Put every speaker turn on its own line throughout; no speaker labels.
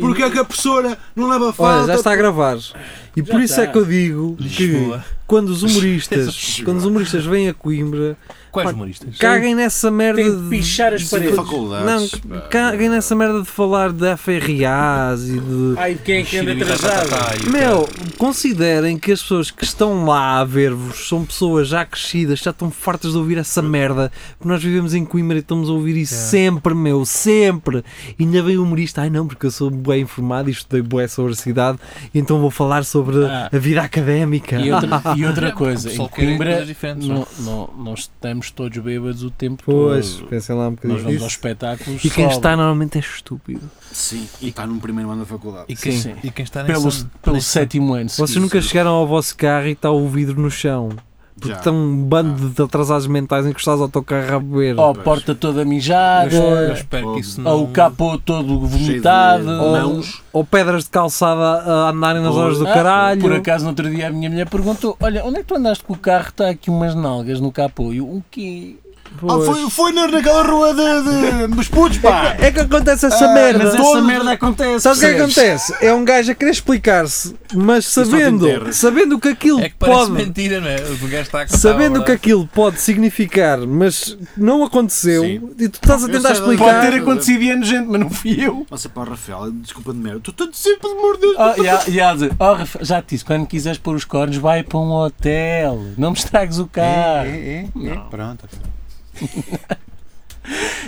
Porque é que a professora não leva falta?
Olha, já está a gravar. E por isso é
está.
que eu digo que
tá. Lisboa.
quando os humoristas,
Lisboa.
quando os humoristas vêm a Coimbra,
Quais
Pá,
humoristas?
caguem nessa merda
Tem de
de é
pichar as
Tem
paredes.
Não,
faculdades. pá.
caguem nessa merda de falar de FRAs e de.
Ai, quem é que anda
Xiribim, tatatá,
tá,
atrasado?
e o
Meu, considerem que as pessoas que estão lá a ver-vos são pessoas já crescidas, já estão fartas de ouvir essa merda. Porque nós vivemos em Coimbra e estamos a ouvir isso
É.
sempre, meu, sempre. E ainda vem o humorista, ai não, porque eu sou bem informado e estudei bué sobre a cidade, então vou falar sobre
Ah.
a vida académica.
E outra, e outra coisa,
O
em
pessoal quer
Coimbra
coisas diferentes, é?
não, não, não estamos todos bêbados o tempo
Pois,
todo.
pensem lá um
tipo,
bocadinho
Nós vamos
disso.
aos espetáculos
E quem
sobe.
está normalmente é estúpido.
Sim, e está num primeiro ano da faculdade.
E quem,
Sim.
E quem está
pelo,
nesse-
pelo
nesse-
sétimo ano
Vocês
seguido.
nunca chegaram ao vosso carro e está o vidro no chão. Porque
Já.
estão um bando
Ah.
de atrasados mentais encostados ao teu carro a beber.
Ou a porta toda mijada,
Eu, eu espero que isso não.
ou o capô todo
Cheio de
vomitado.
mãos.
Ou pedras de calçada a andarem nas horas do
Ah,
caralho.
Por acaso, no outro dia, a minha mulher perguntou: Olha, onde é que tu andaste com o carro? Está aqui umas nalgas no capô. E eu, o quê?
Ah,
Pois.
foi, foi na- naquela rua de, de, dos putos, pá!
É que acontece essa
Ah,
merda.
Mas essa
Todos-
merda acontece.
Sabes o que é que
percebes?
acontece? É um gajo a querer explicar-se, mas
só tem
sabendo,
terra.
sabendo que aquilo
É que parece
pode.
mentira, não é? O gajo está a contar
Sabendo
a
que
verdade.
aquilo pode significar, mas não aconteceu,
Sim.
e tu estás a
Eu
tentar
sei de onde-
explicar.
Pode ter acontecido
é
e anos gente, mas não fui eu.
Nossa, pá, Rafael, desculpa de merda. Tu tanto sempre, pelo amor de Deus.
Ah, e há- e há de- Oh, Rafa, já te disse: quando quiseres pôr os cornos, vai para um hotel. Não me estragues o carro.
é, é. Pronto.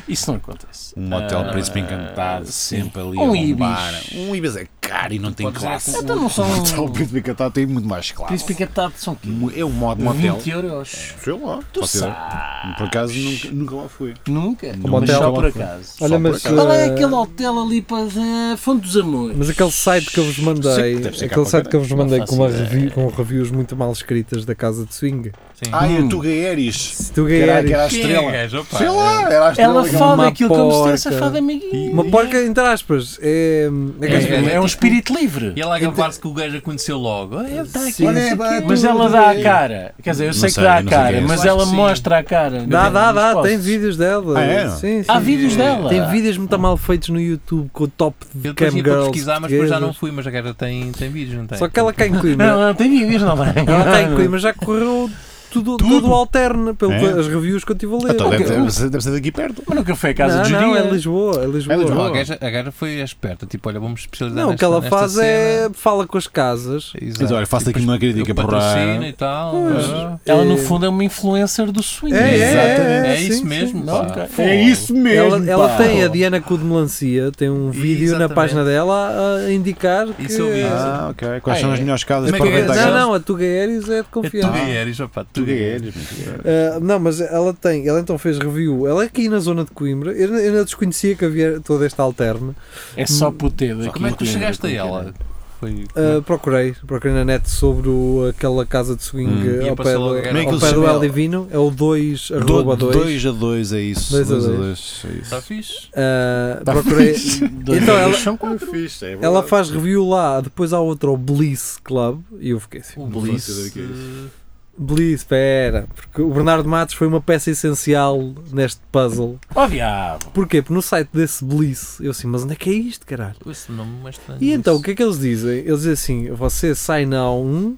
Isso não acontece.
Um hotel
Ah,
Príncipe Encantado, sempre ali
Um
a bombar.
Ibis.
Um Ibis é caro e não tem
Podes dizer
classe.
que
Então não são.
Um hotel Príncipe Encantado tem muito mais classe.
Príncipe encantado são o quê?
Mu- É um modo motel.
20 euros.
Sei lá.
Tu
pode ser.
sabes.
Por acaso nunca, nunca lá fui.
Nunca.
Um
Mas
hotel.
só por acaso.
Olha,
Só
mas,
por
Qual é
eh,
aquele hotel ali para a Fonte dos Amores?
Mas aquele site que eu vos mandei,
Sim, deve ser cá
aquele site
qualquer.
que eu vos
Não
mandei com,
faço
uma
ideia.
review, com reviews muito mal escritas da casa de swing.
Sim.
Ai,
Hum.
a Tuga Eris.
Se tu
Que era, que
ganhares
era a
Quem é
estrela.
gajo, opa?
Sei lá, era a estrela.
Ela
é que-
fala
uma
aquilo como se
porca.
fosse a fada amiguinha.
uma porca, entre aspas, é. é que-
É,
tipo-
É um espírito livre.
E ela a gabar-se que o gajo a conheceu logo. Ah, Ele
Tá,
está aqui.
Sim.
Olha, é, pá,
Mas
tu-
ela dá a cara. Quer dizer, eu
Não
sei que
sei,
dá a
não sei o que
cara,
é isso.
mas
Acho
ela
que sim.
mostra a cara.
Dá,
Eu
dá,
tenho
dá,
nos
tem
posts.
vídeos dela.
Ah, é?
Sim, sim.
Há vídeos dela.
Tem vídeos muito mal feitos no YouTube com o top de
Eu depois ia para
camgirls
pesquisar, mas depois já não
portuguesas.
fui. Mas a gaja tem, tem vídeos, não tem?
Só que ela cá em
Não,
Coimbra,
não, tem vídeos, não vai.
ela cá em Coimbra já correu tudo, tudo. alterno, pelas
É?
reviews que eu estive a ler.
Então deve,
Ok.
deve ser, deve ser daqui perto.
Mas nunca foi a casa
não,
de
não, é
Judinha.
Lisboa, é Lisboa.
É Lisboa.
Não, a gaja, a gaja foi esperta. Tipo, olha, vamos especializar
Não, o que
nesta-
ela
nesta
faz é.
cena.
fala com as casas.
Exato. Tipo,
Mas olha, faço aqui uma
Eu
crítica
patrocino
porra.
e tal.
Pois.
ah.
Ela, no fundo, é uma influencer do swing.
É, é,
Exatamente.
é,
É isso
sim,
mesmo.
sim.
pá.
Ok.
É isso mesmo.
Ela, ela
pá.
tem, a Diana Cudmelancia tem um vídeo na
Exatamente.
página dela a, a indicar que...
Isso eu vi.
Ah, ok. Quais
Ah,
são as
é.
melhores casas
Como é
para
que é?
rentar?
Não, não, a Tuga Aéreos é de
É
confiança.
Tuga Eris, opa,
Tuga
Tuga Eris.
Eris.
Ah, não, mas ela tem, ela então fez review, ela é aqui na zona de Coimbra, eu, eu não desconhecia que havia toda esta alterna.
É só puteiro daqui. um
Como é que tu
em Coimbra,
chegaste a
com
ela? Foi.
Ah, procurei, procurei na net sobre o- aquela casa de swing
Hum.
eh,
E
ao pé
apareceu logo
do,
a
ao
Como
é que ele
pé
se
do
chama?
El Divino, é o 2 arroba 2.
2 a 2 é isso.
Dois a
2 a
dois.
2. É isso.
Está fixe?
Ah,
Tá.
procurei,
Dois
Então,
dedos
ela-
são quatro.
fixe, é
ela faz review lá, depois há outra, o Bliss Club, e eu fiquei assim.
O
faço
Bliss.
ideia do que é
eh,
Bliss, espera, porque o Bernardo Matos foi uma peça essencial neste puzzle.
Oh, diabo.
Porquê? Porque no site desse Bliss, eu assim, mas onde é que é isto, caralho?
Esse nome é estranho.
E então, o que é que eles dizem? Eles dizem assim, você sai na A1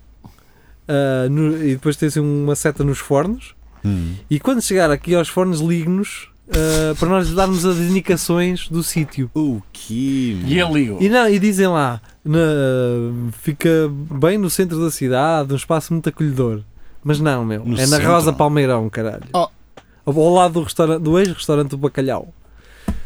ah, no- e depois tem assim uma seta nos fornos
Hum.
e quando chegar aqui aos fornos, ligue-nos ah, para nós lhe darmos as indicações do sítio.
O que?
E ele ligou.
E, não, e dizem lá, na- fica bem no centro da cidade, um espaço muito acolhedor. Mas não, meu,
No
é na
centro?
Rosa Palmeirão, caralho.
Oh.
Ao, ao lado do, restaurante- do ex-restaurante do Bacalhau.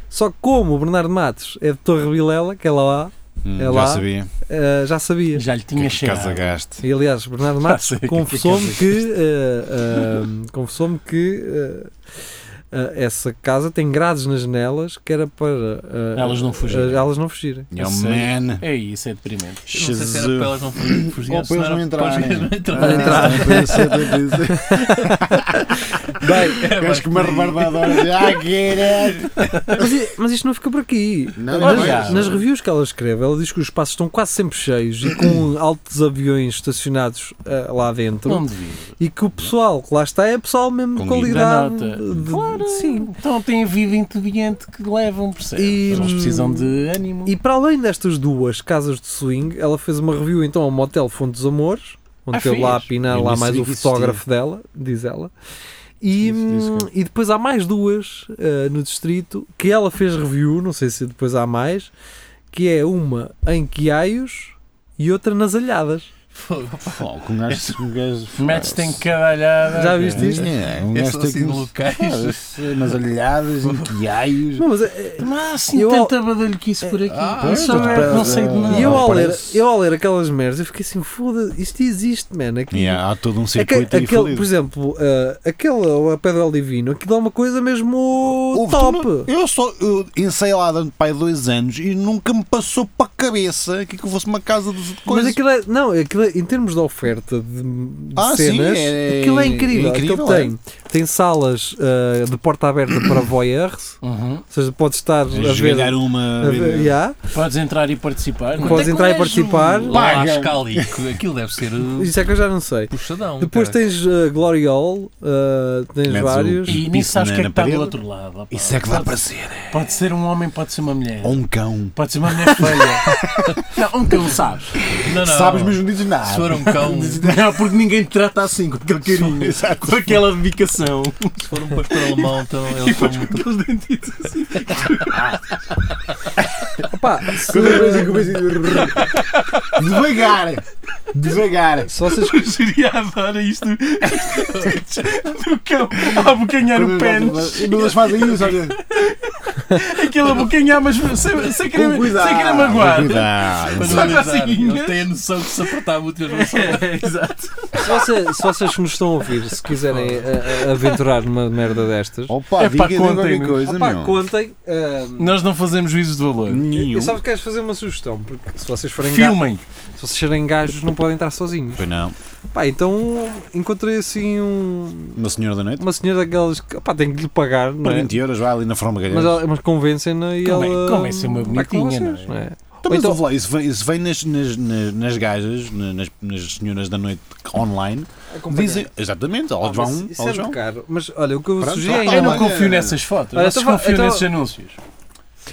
Só que como o Bernardo Matos é de Torre Vilela, que é lá,
Hum,
É
já
lá.
sabia.
ah, já sabia.
Já lhe
Que
tinha
é que casa
cheirado.
gaste.
E aliás, Bernardo Matos
sei que
confessou-me que, eh, eh, confessou-me que eh, eh, essa casa tem grades nas janelas que era para eh,
Elas não fugirem.
eh, elas não fugirem.
Yo,
Eu sei.
man.
É isso, é deprimente.
Não sei se era para elas não fugirem.
Ou para eles não né? Ah, entrarem.
entrar.
então Bem, acho que uma rebarbadora de ah, get it.
Mas, i- mas isto não fica por aqui.
Não,
nas,
não é.
nas reviews que ela escreve, ela diz que os espaços estão quase sempre cheios e com altos aviões estacionados eh, lá dentro
Não devia.
e que o pessoal que lá está é pessoal mesmo de
Com
qualidade
guita.
de- de- Sim.
Então têm vida entediante que levam, percebes?
E-
Eles precisam de ânimo.
E para além destas duas casas de swing, ela fez uma review então ao Motel Fontes Amores, onde
Ah,
teve
fez?
lá a pinar
Eu
lá
nem
mais
sabia
o
que existia.
fotógrafo dela, diz ela. E, hum,
Isso, isso, cara.
e depois há mais duas eh, no distrito que ela fez review, não sei se depois há mais, que é uma em Quiaios e outra nas Alhadas.
Foco, um gajo. Um gajo
Metes tem cavalhada.
Já viste isto?
É, um
É
gajo Ah,
só
tem
assim
que.
de locais.
Foda-se, Nas alhadas, em quiaios.
Não, mas, eh,
Não há assim
Eu-
tanta badalhoquice por aqui.
Ah,
não, sou
então,
eu, é que não sei
Ah,
e
de
eu
nada.
ao, ler,
parece-
eu ao ler aquelas merdas, eu fiquei assim, foda isto existe, man. Aqui,
Yeah, há todo um
Aque-
circuito aí
É aquele, por
falido.
exemplo, uh, aquele o Pedro Divino, aquilo é uma coisa mesmo
Houve, tu
top.
não- Eu só eu ensei lá durante pai dois anos e nunca me passou para a cabeça que aquilo fosse uma casa dos
Mas
coisas.
aquilo é, não, aquilo é- em termos de oferta de, de
Ah, sim,
cenas,
é-
aquilo é
é
incrível.
incrível, é.
Aquilo tem, tem salas uh, de porta aberta para voyeurs,
Uhum.
ou seja, podes estar a
É
ver.
Esgalhar uma.
a ver- yeah,
Podes entrar e participar. não é?
Podes
Até
entrar e
com gajo
participar.
Lá à
Paga.
Escalico, aquilo deve ser uh,
isso é que eu já não sei.
puxadão.
Depois
cara.
tens uh, Glory Hall, uh, tens
Metes o-
vários.
E nem
Piso
sabes o
na-
que é que
na
está do
parede?
outro lado. opá.
Isso é que dá
Pode-
para ser. é.
Pode ser um homem, pode ser uma mulher.
Ou um cão.
Pode ser uma mulher feia. não, um cão sabes.
Não, não.
não dizes nada.
Se for um cão,
Não, é porque ninguém te trata assim, com aquele carinho, com aquela dedicação.
se for um pastor alemão, então eles são muito.
Aqueles dentitos.
Opá, se,
Devagar. Devagar.
se vocês
Eu seria adorar isto do cão a abocanhar o pênis.
Não as fazem isso, olha.
Aquele abocanhar, mas sem, sem, querer, sem querer magoar.
Cuidado.
Para
é-
não
Sabe assim,
eles
né?
têm a noção que se apertar muito, eles não são.
É, exato.
Se, você- se vocês que nos estão a ouvir, se quiserem a- a- aventurar numa merda destas,
Opa,
É pá,
diga-me qualquer
contem-nos.
coisa,
opá,
meu.
contem. ahm,
Nós não fazemos juízos de valor.
Nenhum.
eu só vos quero fazer uma sugestão, porque se vocês forem, ga-
Filmem.
se vocês serem gajos, não podem entrar sozinhos.
Pois não.
Pá, então encontrei assim um-
Uma senhora da noite.
uma senhora daquelas que pá, tem que lhe pagar, não
Por
é?
20 euros, vai ali na Forma
Mas,
Galhães.
ela- mas convencem-na e
Conven-
ela.
convencem é uma
vai com
bonitinha,
vocês,
não é?
não é?
Então, mas
Então-
ouve lá, isso vem, isso vem nas, nas, nas, nas gajas, na- nas, nas senhoras da noite online,
Acompanhar.
dizem. Exatamente,
É Ah,
elas
mas
vão.
Isso é
Elas
muito
vão.
caro. Mas olha, o que eu
Pronto, tá,
sugiro
só-
é.
Eu
Olha,
não
ainda-
confio nessas fotos.
Olha,
Vocês
então fa-
confiam
então-
nesses anúncios.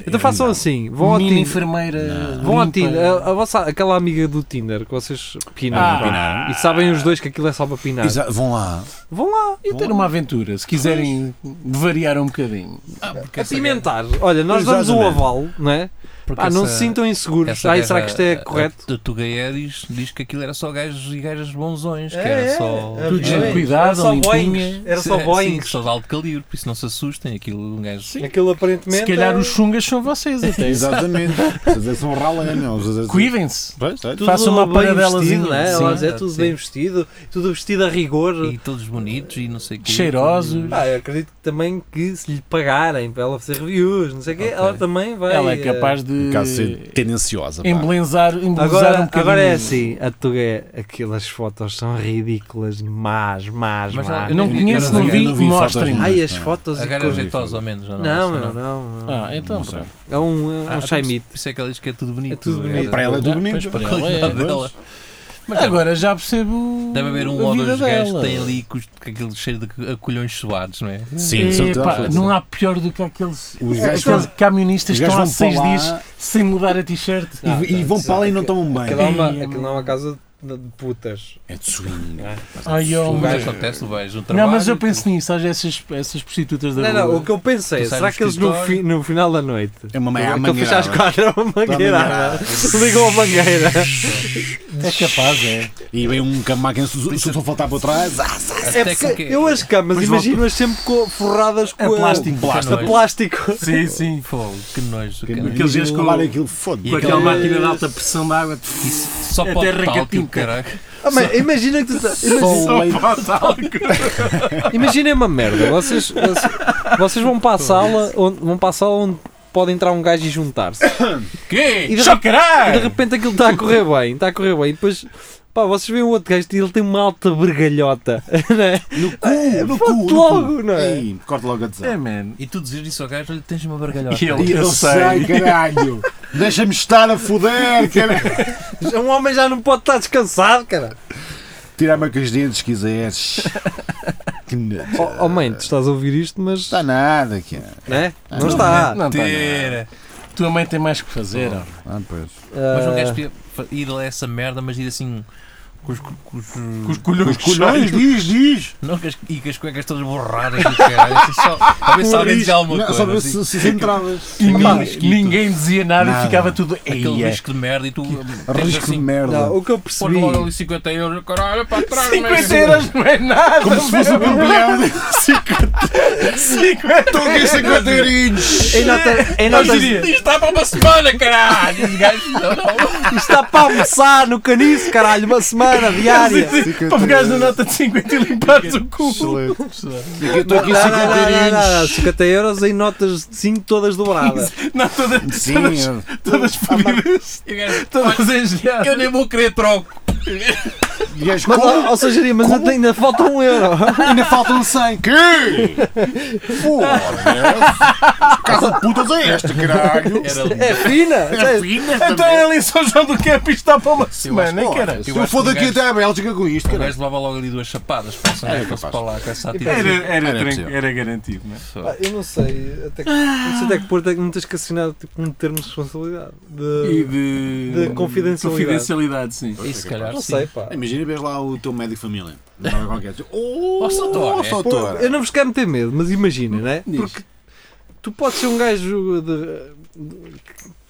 Então façam assim: vão ao
Menina
Tinder.
enfermeira.
Vão ao
limpa.
Tinder, a, a vossa, aquela amiga do Tinder que vocês pinam
Ah.
pá, e sabem os dois que aquilo é só para pinar.
Exa- vão lá.
Vão lá
E ter uma aventura, se quiserem variar um bocadinho.
Porque
a
essa-
pimentar. Olha, nós damos um
Exatamente.
aval, não é?
porque
Pá, não
essa-
se sintam inseguros.
essa
Ai, será
guerra-
que isto é
a-
correto?
A, a Tugaé diz, diz que aquilo era só gajos e gajas bonzões, que era
É,
só.
Tudo
era-
gente cuidado,
era só
limpinha.
boings. Era só
sim,
boings.
só de alto calibre, por isso não se assustem. Aquilo um gajo.
Aquilo aparentemente.
Se calhar
é-
os chungas são vocês até.
Exatamente. Vocês é são um ralé, não. Vocês- é
Cuidem-se.
Pois, é.
tudo
façam uma
bem
paradelazinha,
vestido, não é?
sim.
Elas é tudo
Sim.
bem vestido, tudo vestido a rigor.
E todos bonitos e não sei o quê.
Cheirosos.
Pá, eu acredito também que se lhe pagarem para ela fazer reviews, não sei o quê,
Ok.
ela também vai. eh,
Ela é capaz de
Um bocado ser tendenciosa. pá.
embelezar, embelezar um
Agora,
bocadinho.
agora é assim, a Tuga é, aquelas fotos são ridículas, más, más,
Mas
más.
eu
Não
Eu
conheço, um
não
não
vi-
vi,
eu não vi
mostrem.
fotos
Ai, as
Não.
fotos e
A gaja é
coisas.
jeitosa ao menos, ou não?
Não,
Isso
não, não. não.
Ah, então
Não sei.
pronto.
É um, é um
Ah,
chai meat.
Por isso é que ela diz que é tudo bonito.
É tudo bonito.
gajo.
Para ela é tudo
Ah, pois,
bonito.
para ela é,
Coitado
pois.
dela.
Mas agora,
Agora já percebo.
deve haver um
a
ou
vida
dois gajos que
dela.
têm ali com os- com aquele cheiro de acolhões suados, não é?
Sim,
Epá,
são todas-
eh, não há pior do que aqueles,
Os
aqueles
gajos vão-
camionistas
os
que
gajos
Então, estão há
vão
seis
para lá- Ah,
dias sem mudar a t-shirt.
E, e vão para lá e não tomam
Aquilo é
bem.
uma,
Ei,
aquilo é uma casa de de putas.
É de swing.
Ai, oh,
Um
mas-
gajo acontece, tu vais no trabalho.
Não, mas eu
tu-
penso nisso, às vezes essas, essas prostitutas da
Não,
rua.
não, o que eu pensei, é,
Tu sais
será
do
que eles no,
escritório.
fi- no final da noite.
É uma meia
Aquele fecha às
mangueirada.
quatro, é uma mangueirada. Ligou a mangueira.
É capaz, é.
E vem um camaco em su- su- só faltar para trás. Ah,
É
técnica
porque
é-
eu as camas
Pois
imagino-as sempre co- forradas com
É plástico.
Plástico.
a plástico.
Sim, sim.
Fogo, que nojo. Que nojo.
Aqueles dias com-
levar aquilo, foda-se.
E aquele- Aquela
máquina de alta pressão de água. tipo,
Isso só
É
Até
pode talco,
arranca-tinta.
caraca.
Ah, mas imagina que tu tá-
Só o leite.
Imaginem uma merda, vocês, vocês, vocês vão para a sala onde, vão para a sala onde pode entrar um gajo e juntar-se. E
Que?
de- E de
Chocará!
repente aquilo está a correr bem, está a correr bem. E depois, pá, vocês veem o outro gajo e ele tem uma alta bergalhota. Né?
No cu, É, no cu. no
logo,
cu.
não é?
Ei, Corta logo a dizer.
É, man.
E tu dizes isso ao gajo, olha, tens uma bargalhota.
E ele,
Eu,
eu
sei,
sei.
caralho. Deixa-me estar a foder, caralho.
Um homem já não pode estar descansado, cara.
Tirar-me com os dentes se quiseres.
Oh, oh mãe, tu estás a ouvir isto, mas.
Tá.
Está Tá nada aqui.
Né? Não,
não,
está.
Não está nada.
Mentira.
Tua mãe tem mais que fazer. ó.
Ah, pois.
Mas um não
Ah,
queres pe- fa- ir a essa merda, mas ir assim. Com os, com os,
Os colhões, diz, diz.
Não, que as, e com as cuecas todas borradas do caralho. assim, Só, a ver se alguém dizia alguma
Não,
coisa.
só ver
assim.
se, se entravas.
E
Pá,
ninguém-
mosquito.
ninguém dizia nada,
Nada.
e ficava tudo.
Aquele
"Eia,
risco de merda e tu. tens
Risco de
assim,
merda.
não, o que eu
Põe
percebi.
logo ali 50 euros, caralho, para trás.
50 euros não é nada!
Como se fosse um campeão de 50. Estou aqui 50 eurinhos.
Em nota, em nota,
Isto isto dá para uma semana, caralho! Os gajos, não, não.
isto está para almoçar no caniço, caralho, uma semana diária.
Para pegares na nota de 50 e limpares o cu!
Excelente.
Estou aqui 50 euros. 50 euros em notas de 5 todas dobradas.
Não, todas,
Sim,
todas, todas fodidas,
E o gajo,
todas
"Olha, Eu
engenhadas.
nem vou querer troco.
e gajo,
Mas,
como?
ó, ou seja, mas eu tenho- ainda falta 1 euro.
Ainda um faltam 100. Que? Porra, Deus. Casa de putas é esta, caralho.
Era lindo.
É fina.
É
sabes?
fina
Então
também.
é ali em São João do Campo e está para uma
acho
semana, hein,
Porra,
caralho?
Se
Eu
eu
acho
for
que o
daqui
gajo-
até à Bélgica com isto,
O
caralho.
gajo levava logo ali duas chapadas, fosse
Era
é, fosse
capaz.
para lá com essa
Era,
atitude.
era,
Era
tran-
possível.
era garantido, não é?
Só.
Pá, Eu não sei até que, não sei até que porto é que não tens que assinar tipo, um termo de responsabilidade.
E
De,
de,
de confidencialidade.
confidencialidade, sim.
Isso, se calhar.
não
sim.
sei, pá.
Imagina, vês lá o teu médico de família. Não é qualquer.
Oh,
Ó, Sator,
oh,
é.
Pô,
Sator.
eu não vos quero meter medo, mas imagina, né?
Diz.
Porque tu podes ser um gajo de- de-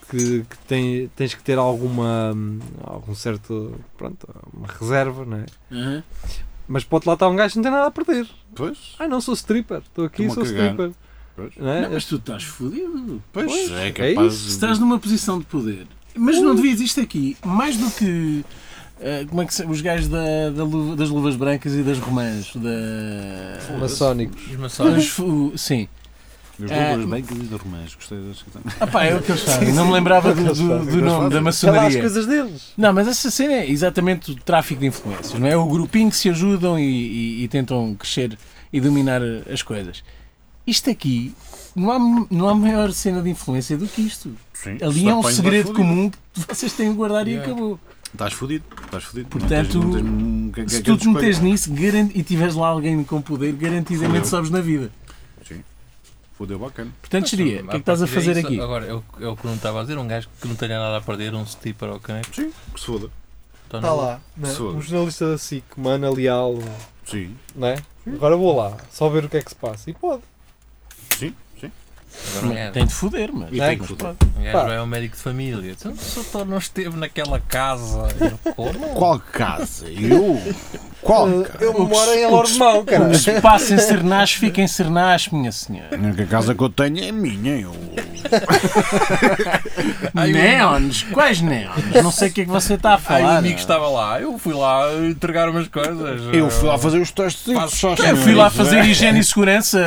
que, que tem- tens que ter alguma. hum, algum certo. pronto, uma reserva, né?
Uhum.
Mas pode lá estar um gajo que não tem nada a perder.
Pois,
Ah, não, sou stripper, estou aqui,
Estou-me a
sou
cagar.
stripper.
Pois.
Não é?
Não, mas tu estás fodido.
pois. É
capaz
capaz.
Se estás numa posição de poder. Mas não devias isto aqui, mais do que. eh, como é que se, os gajos da, da lu- das luvas brancas e das romãs? Da.
Maçónicos.
Os maçons.
Os fu- sim.
Meus
Ah.
lúbulos bem que diz de romãs. Gostei das que
Ah pá, é o que eles fazem. Não me
É
lembrava do, do- do nome da
Sei lá as
maçonaria.
coisas deles.
Não, mas essa cena é exatamente o tráfico de influências, não é? O grupinho que se ajudam e, e- e tentam crescer e dominar as coisas. Isto aqui, não há, não há maior cena de influência do que isto.
Sim.
Ali é um segredo comum que vocês têm de guardar e
Yeah.
acabou.
Estás fudido. Estás fudido.
Portanto,
Não tens- não tens-
Se
é que-
tu
que-
te meteres nisso garan- e tiveres lá alguém com poder, garantidamente sobes na vida.
Fudeu bacana.
Portanto, seria, o que é que
À
estás a
partida
fazer
é isso.
aqui?
Agora, é o que- é o que eu não estava a dizer, um gajo que não tenha nada a perder, um stripper ou então quem
Sim, que se foda.
Está
Está lá, né?
Sou.
um jornalista da SIC, uma Ana Leal, um
Sim,
né? Agora vou lá, só ver o que é que se passa. E pode.
sim, sim.
Agora um gajo-
Tem de foder, mas.
E
É,
tem que
mas
foder.
um gajo
Pá.
vai ao médico de família. Então, o doutor não esteve naquela casa. Eu, Como?
Qual casa? Eu? Qual casa?
Oh, eh, Eu moro em Alormão, cara.
Os que passam em Cernache, fiquem em Cernache, minha
A
senhora.
única casa que eu tenho é minha. Eu...
Ai, o-
Neons? Quais neons? Não sei o que é que você está a
Aí
falar. né?
o amigo estava lá. Eu fui lá entregar umas coisas.
eu fui lá fazer os Eh, testes.
Faço-
só
Eu fui lá fazer
é-
higiene e segurança.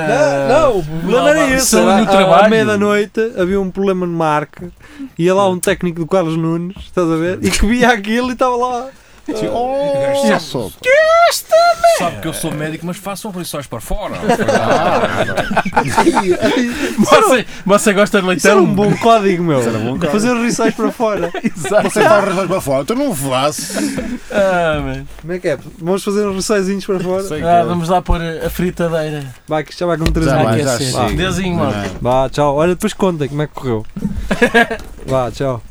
Não, o problema era
lá,
esse.
saúde
Era,
no
à- à
trabalho.
meia-noite havia um problema no marca. Ia lá um técnico do Carlos Nunes, estás a ver? E que via aquilo e estava lá.
Oh, só.
Sabe que eu sou médico, mas faço operações para fora.
Você, você gosta de
Isso era
leitão?
um bom código, meu.
era bom código.
Fazer os rissóis para fora.
Você está a arranjar para fora? Eu não faço.
Ah, mano.
Como é que é? Vamos fazer uns rissóizinhos para fora.
Ah, vamos lá pôr a a fritadeira.
Vai, que isto já vai com 3
Já
anos.
vai, já
Aquecer.
chega.
Dezinho,
Não
Marco.
é?
Vá, tchau. Olha, depois contem como é que correu. Vá, tchau.